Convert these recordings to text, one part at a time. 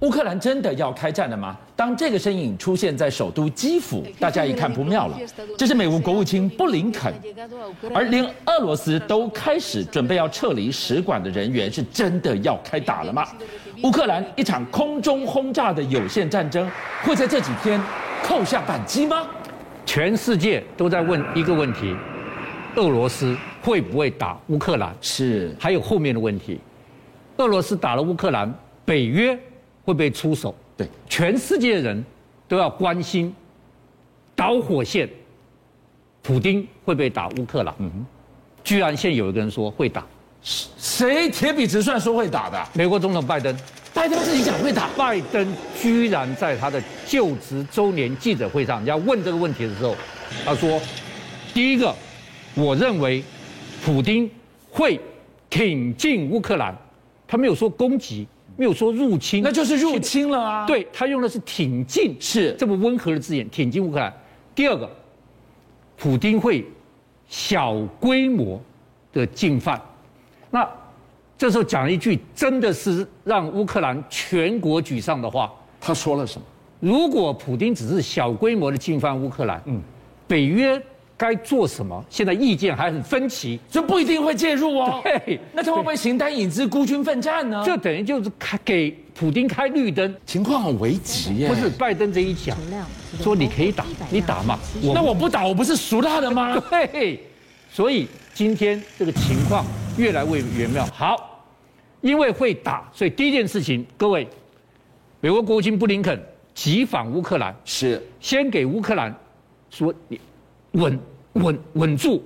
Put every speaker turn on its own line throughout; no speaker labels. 乌克兰真的要开战了吗？当这个身影出现在首都基辅，大家一看不妙了。这是美国国务卿布林肯，而连俄罗斯都开始准备要撤离使馆的人员，是真的要开打了吗？乌克兰一场空中轰炸的有限战争，会在这几天扣下扳机吗？
全世界都在问一个问题：俄罗斯会不会打乌克兰？
是，
还有后面的问题，俄罗斯打了乌克兰，北约会不会出手？
对，
全世界人都要关心导火线，普丁会不会打乌克兰？嗯哼，居然现有一个人说会打，
谁铁笔直算说会打的？
美国总统拜登，
拜登自己讲会打，
拜登居然在他的就职周年记者会上，人家问这个问题的时候，他说：“第一个，我认为普丁会挺进乌克兰，他没有说攻击，没有说入侵，
那就是入侵了啊。，
对他用的是挺进，
是
这么温和的字眼，挺进乌克兰。第二个，普丁会小规模的进犯，那这时候讲一句真的是让乌克兰全国沮丧的话：
他说了什么？
如果普丁只是小规模的进犯乌克兰，嗯，北约该做什么？现在意见还很分歧。
就不一定会介入哦。
对
那他会不会形单影只、孤军奋战呢？
这等于就是开给普丁开绿灯，
情况很危急耶。
不是，拜登这一讲，说你可以打，你打嘛，我
那我不打，我不是熟他的 吗？
对，所以今天这个情况越来越微妙。好，因为会打，所以第一件事情，各位，美国国务卿布林肯急访乌克兰，
是
先给乌克兰说你稳稳稳住。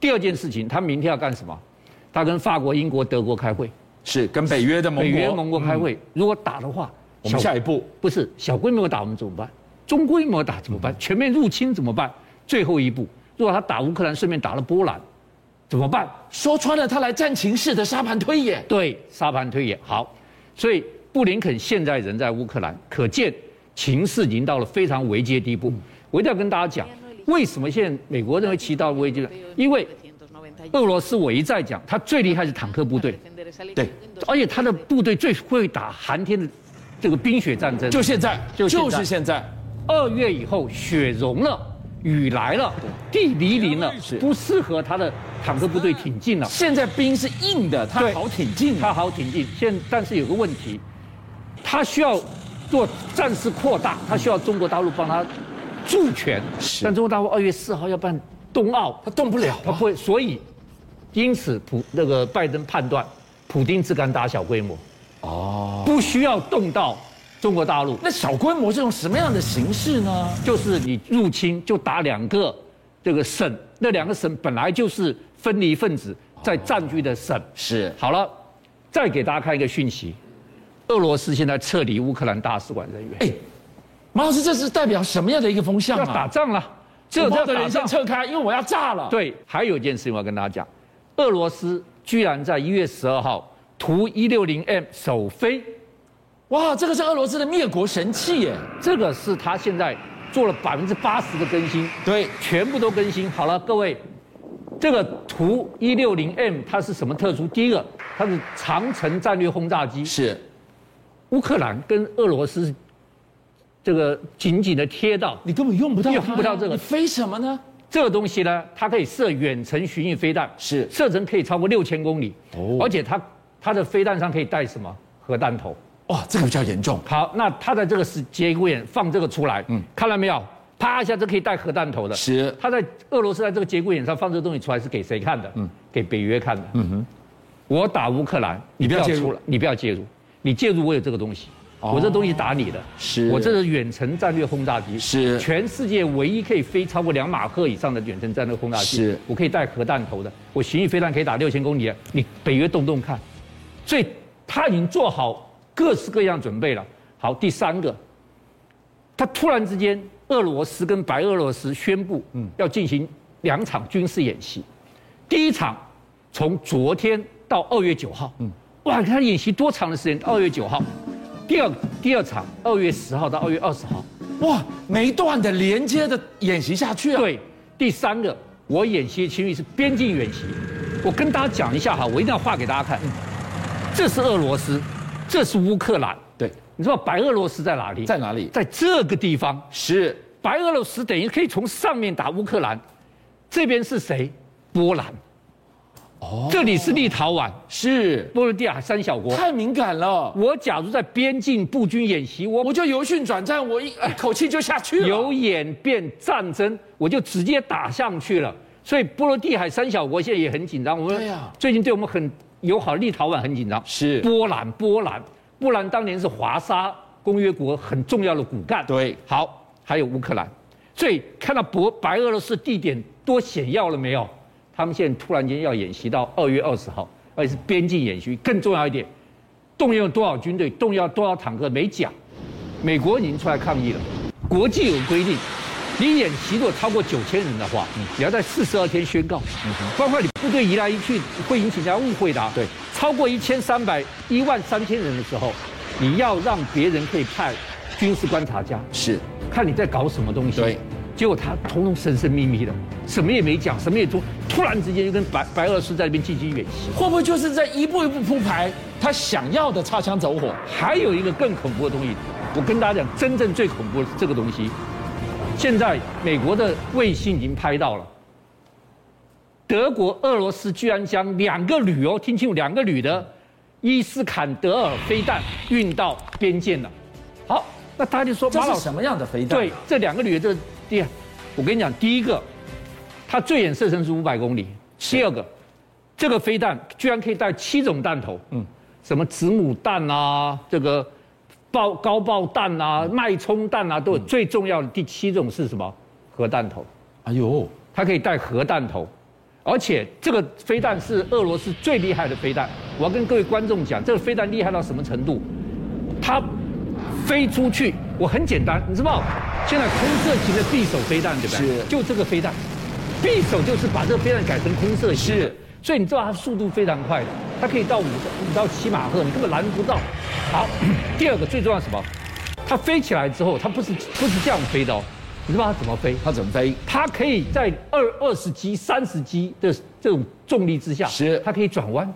第二件事情，他明天要干什么？他跟法国、英国、德国开会，
是，跟北约的盟
北
国，嗯
约盟国开会。如果打的话，
我们
小
下一步
不是小规模打我们怎么办？中规模打怎么办？全面入侵怎么办？最后一步，如果他打乌克兰，顺便打了波兰，怎么办？
说穿了，他来战情式的沙盘推演。
对，沙盘推演好。所以布林肯现在人在乌克兰，可见情势已经到了非常危机的地步。我一定要跟大家讲，为什么现在美国认为其到危机了？因为俄罗斯我一再讲，他最厉害是坦克部队，
对
而且他的部队最会打寒天的这个冰雪战争。
就现在，
就现在
是现在，
二月以后雪融了，雨来了，地泥泞了
是，
不适合他的坦克部队挺进了，
现在兵是硬的，他
对
好挺进
他
啊。
好挺进。现但是有个问题，他需要做战事扩大，他需要中国大陆帮他助权，
是
但中国大陆二月四号要办冬奥，
他动不了
他
啊，
不会，所以因此普那个拜登判断，普丁只敢打小规模，哦，不需要动到中国大陆。
那小规模是用什么样的形式呢？
就是你入侵就打两个这个省，那两个省本来就是分离分子
哦
在占据的省。
是
好了，再给大家看一个讯息，俄罗斯现在撤离乌克兰大使馆人员，
哎，马老师，这是代表什么样的一个风向
要打
啊？
仗了，这
我把
要
的
打
人先
仗。
撤开，因为我要炸了。，
对，还有一件事情我要跟大家讲，俄罗斯居然在一月十二号图一六零 M 首飞，
哇，这个是俄罗斯的灭国神器耶。
这个是他现在做了百分之八十的更新。
对，
全部都更新好了，各位，这个图一六零 M 它是什么特殊？第一个，它是长城战略轰炸机，
是
乌克兰跟俄罗斯这个紧紧的贴到，
你根本用不到它呀，
用不到这个
你飞什么呢？
这个东西呢，它可以射远程巡弋飞弹，
是
射程可以超过六千公里，
哦
而且它它的飞弹上可以带什么核弹头？
哇，这个比较严重。
好，那它在这个时节骨眼放这个出来，嗯，看到没有？啪一下，这可以带核弹头的。
是
他在俄罗斯在这个节骨眼上放这个东西出来是给谁看的？嗯，给北约看的。嗯哼，我打乌克兰，
你不要介入
出来，你不要介入，你介入我有这个东西，我这东西打你的，
哦是
我这是远程战略轰炸机，
是
全世界唯一可以飞超过两马赫以上的远程战略轰炸机，
是
我可以带核弹头的，我巡弋飞弹可以打六千公里，你北约动动看，所以他已经做好各式各样准备了。好，第三个，他突然之间，俄罗斯跟白俄罗斯宣布，嗯，要进行两场军事演习，第一场从昨天到二月九号，嗯，哇，你看演习多长的时间？二月九号，第二第二场二月十号到二月二十号，
哇，没断的连接的演习下去啊！，
对，第三个，我演习的区域是边境演习。我跟大家
嗯
讲一下哈，我一定要画给大家看。这是俄罗斯，这是乌克兰，
对，
你知道白俄罗斯在哪里？
在哪里？
在这个地方，
是
白俄罗斯等于可以从上面打乌克兰，这边是谁？波兰。哦，这里是立陶宛、
是，
波罗的海三小国。
太敏感了，
我假如在边境布军演习，我
我就由训转战，我一哎一口气就下去了。
由演变战争，我就直接打上去了。所以波罗的海三小国现在也很紧张。我
对
们
呀
最近对我们很友好，立陶宛很紧张。
是
波兰，波兰，波兰当年是华沙公约国很重要的骨干。
对，
好，还有乌克兰。所以看到白白俄罗斯地点多显要了没有？他们现在突然间要演习到二月二十号，而且是边境演习。更重要一点，动用多少军队，动用多少坦克没讲，美国已经出来抗议了。国际有规定，你演习如果超过九千人的
嗯
话，你要在四十二天宣告，不然的话你部队移来移去会引起人家误会的啊、
对
超过一千三百一万三千人的时候，你要让别人可以派军事观察家
是
看你在搞什么东西。
对，
结果他通通神神秘秘的，什么也没讲，什么也做，突然之间就跟白白俄罗斯在那边进行演习。
会不会就是在一步一步铺排他想要的擦枪走火？
还有一个更恐怖的东西，我跟大家讲，真正最恐怖的是这个东西。现在美国的卫星已经拍到了，德国、俄罗斯居然将两个旅哦，听清楚，两个旅的伊斯坎德尔飞弹运到边界了。好，那大家就说
这
马老
是
师。
什么样的肥蛋？
对，，这两个旅游这第，我跟你讲，第一个，它最远射程是五百公里。第二个，这个飞弹居然可以带七种弹头，嗯，什么子母弹啊，这个爆高爆弹啊、脉冲弹啊，都有。最重要的第七种是什么？核弹头，
哎呦，
它可以带核弹头。而且这个飞弹是俄罗斯最厉害的飞弹，我要跟各位观众讲，这个飞弹厉害到什么程度？它飞出去，我很简单，你知道，现在空射型的匕首飞弹对不对？
是
就这个飞弹，匕首就是把这个飞弹改成空射型的，
是
所以你知道它速度非常快的，它可以到五五到七马赫，你根本拦不到。好，第二个最重要是什么？它飞起来之后，它不是不是这样飞的哦，你知道它怎么飞？
他怎么飞？
它可以在二二十级、三十级的这种重力之下，
是
它可以转弯。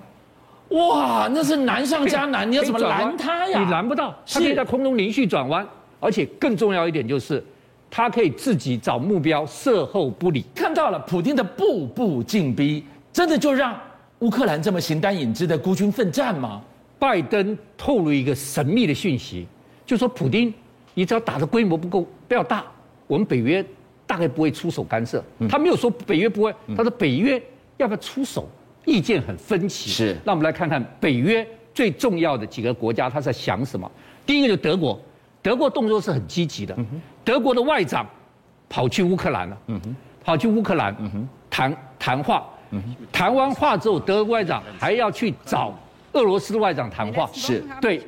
哇，那是难上加难，你要怎么
可以转弯
拦他呀？
你拦不到，它可
是
以在空中连续转弯，而且更重要一点就是，它可以自己找目标射后不理。
看到了普京的步步进逼，真的就让乌克兰这么形单影只的孤军奋战吗？
拜登透露一个神秘的讯息，就说普丁，你只要打的规模不够不要大，我们北约大概不会出手干涉。他没有说北约不会，他说北约要不要出手，意见很分歧。
是
那我们来看看北约最重要的几个国家他在想什么。第一个就德国，德国动作是很积极的，德国的外长跑去乌克兰了，
嗯
跑去乌克兰谈谈话，
嗯
谈完话之后，德国外长还要去找俄罗斯的外长谈话，
是
对，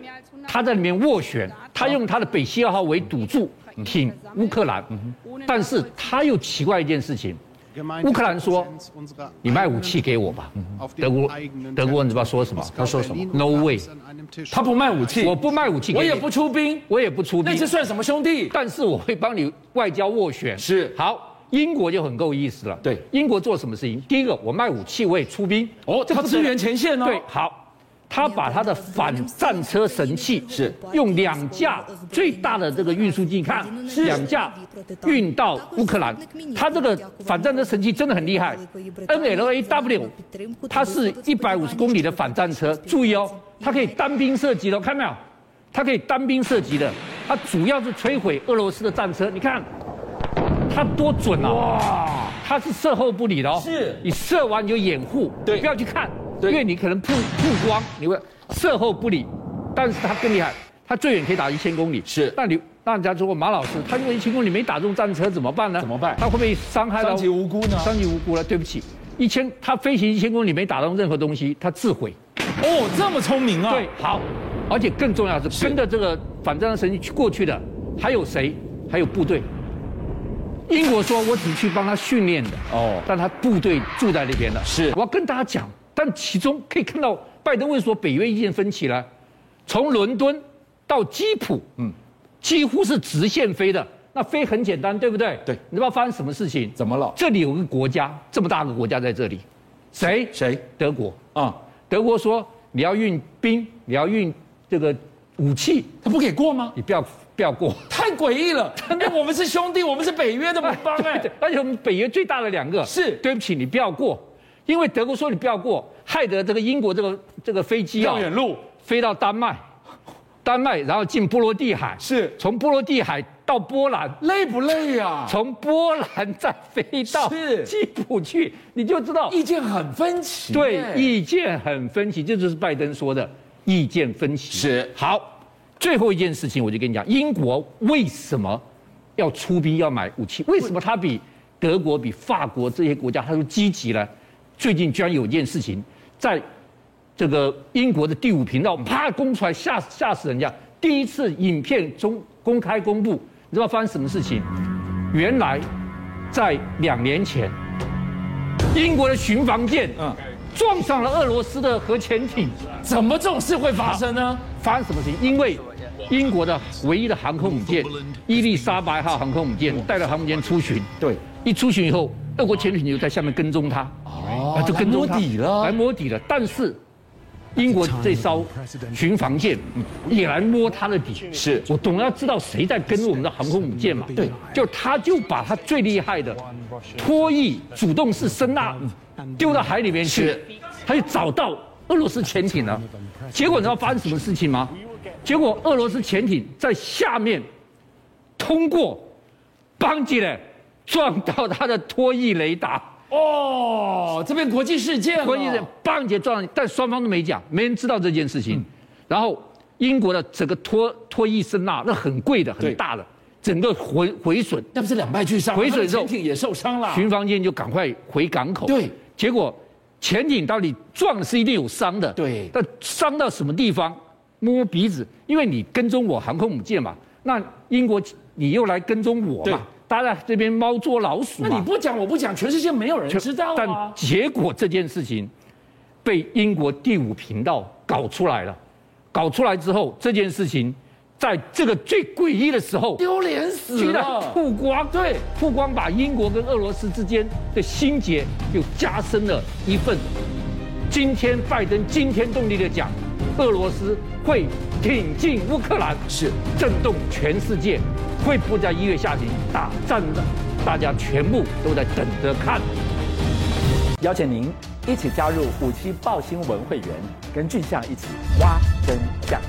他在里面斡旋，他用他的北溪二号为赌注挺乌克兰，
嗯
但是他又奇怪一件事情，
乌克兰
乌克兰说，
说：“
你
你
卖
卖
武
武
器
器
给
给
我
我
吧
吧。”
嗯
德
德
国
国
德
德
国
国
人知
人知
道
道
说
说
什
什
么
么？
他
他
说什
说什
么
么
No
？No
way
way，
他不卖武器，
嗯我不卖武器给
我
你，
也不出兵，
我也不出
那
兵
这，算什么兄弟？
但是我会帮你外交斡旋。
是
好，英国就很够意思了。
对
英国做什么事情？第一个，我卖武器，我也出兵。
哦
这不
他
得了
支援前线哦
对，好，他把他的反战车神器
是
用两架最大的这个运输机，看
是
两架运到乌克兰。他这个反战车神器真的很厉害，NLAW，它是一百五十公里的反战车。注意哦，它可以单兵射击的哦，看到没有？它可以单兵射击的，它主要是摧毁俄罗斯的战车。你看，它多准啊！哇，它是射后不理的哦。
是
你射完你就掩护，
对
不要去看，
对
因为你可能曝曝光，你会射后不理。但是它更厉害，它最远可以打一千公里。
是
那你那人家如果马老师，他如果一千公里没打中战车怎么办呢？
怎么办
他会不会伤害到
伤及无辜呢
伤及无辜了，对不起，一千他飞行一千公里没打中任何东西，他自毁。
哦，这么聪明啊！
对，，好，而且更重要的是，跟着这个反战神去过去的还有谁？还有部队。英国说我只去帮他训练的，
哦
哦，但他部队住在那边的。
是
我要跟大家讲，但其中可以看到拜登为什么北约意见分歧了？从伦敦到基辅，嗯，几乎是直线飞的。那飞很简单，对不对？
对
你知道发生什么事情？
怎么了
这里有个国家，这么大个国家在这里，谁？
谁
德国。
啊、
德国说你要运兵，你要运这个武器，
他不给过吗？
你不要不要过。
太诡异了！那我们是兄弟，我们是北约的盟邦哎、
对而且我们北约最大的两个
是
对不起，你不要过，因为德国说你不要过，害得这个英国这个这个飞机啊
绕远路
飞到丹麦，丹麦然后进波罗的海，
是
从波罗的海到波兰，
累不累呀、
从波兰再飞到
是
基辅去，你就知道
意见很分歧。
对
哎，
意见很分歧，这就是拜登说的意见分歧。
是
好，最后一件事情我就跟你讲，英国为什么要出兵要买武器？为什么他比德国、比法国这些国家他都积极呢？最近居然有一件事情，在这个英国的第五频道啪公出来，吓吓死人家。第一次影片中公开公布，你知道发生什么事情？原来在两年前，英国的巡防舰
嗯
撞上了俄罗斯的核潜艇，
怎么这种事会发生呢？
发生什么事情？因为英国的唯一的航空母舰伊丽莎白号航空母舰带着航母舰出巡，
对，
一出巡以后，俄国潜艇就在下面跟踪它，啊
哦
就跟踪它
来摸底了
来摸底了。但是英国这艘巡防舰也来摸它的底，
是
我总要知道谁在跟我们的航空母舰嘛？
对
就他就把他最厉害的脱翼主动式声呐丢到海里面去
是，
他就找到俄罗斯潜艇了。啊结果你知道发生什么事情吗？结果俄罗斯潜艇在下面通过，邦吉嘞撞到他的脱翼雷达，
哦，这边国际事件了，
关键是邦杰撞上去，但双方都没讲，没人知道这件事
嗯
情。然后英国的整个脱脱衣声呐，那很贵的，
对
很大的，整个毁毁损，
那不是两败俱伤，
回水
他的
之后
潜艇也受伤了。
巡防舰就赶快回港口。
对，
结果潜艇到底撞的是一定有伤的。
对
但伤到什么地方？摸鼻子，因为你跟踪我航空母舰嘛，那英国你又来跟踪我
对
嘛，大家这边猫捉老鼠
那
嘛。
你不讲，我不讲，全世界没有人知道
但
啊。
结果这件事情被英国第五频道搞出来了，搞出来之后，这件事情在这个最诡异的时候，
丢脸死
居然
了！
曝光，对，曝光把英国跟俄罗斯之间的心结又加深了一份。今天拜登惊天动地的讲，俄罗斯会挺进乌克兰，
是
震动全世界，会不会在一月下旬打仗的？大家全部都在等着看。
邀请您一起加入五七报新闻会员，跟俊相一起挖真相。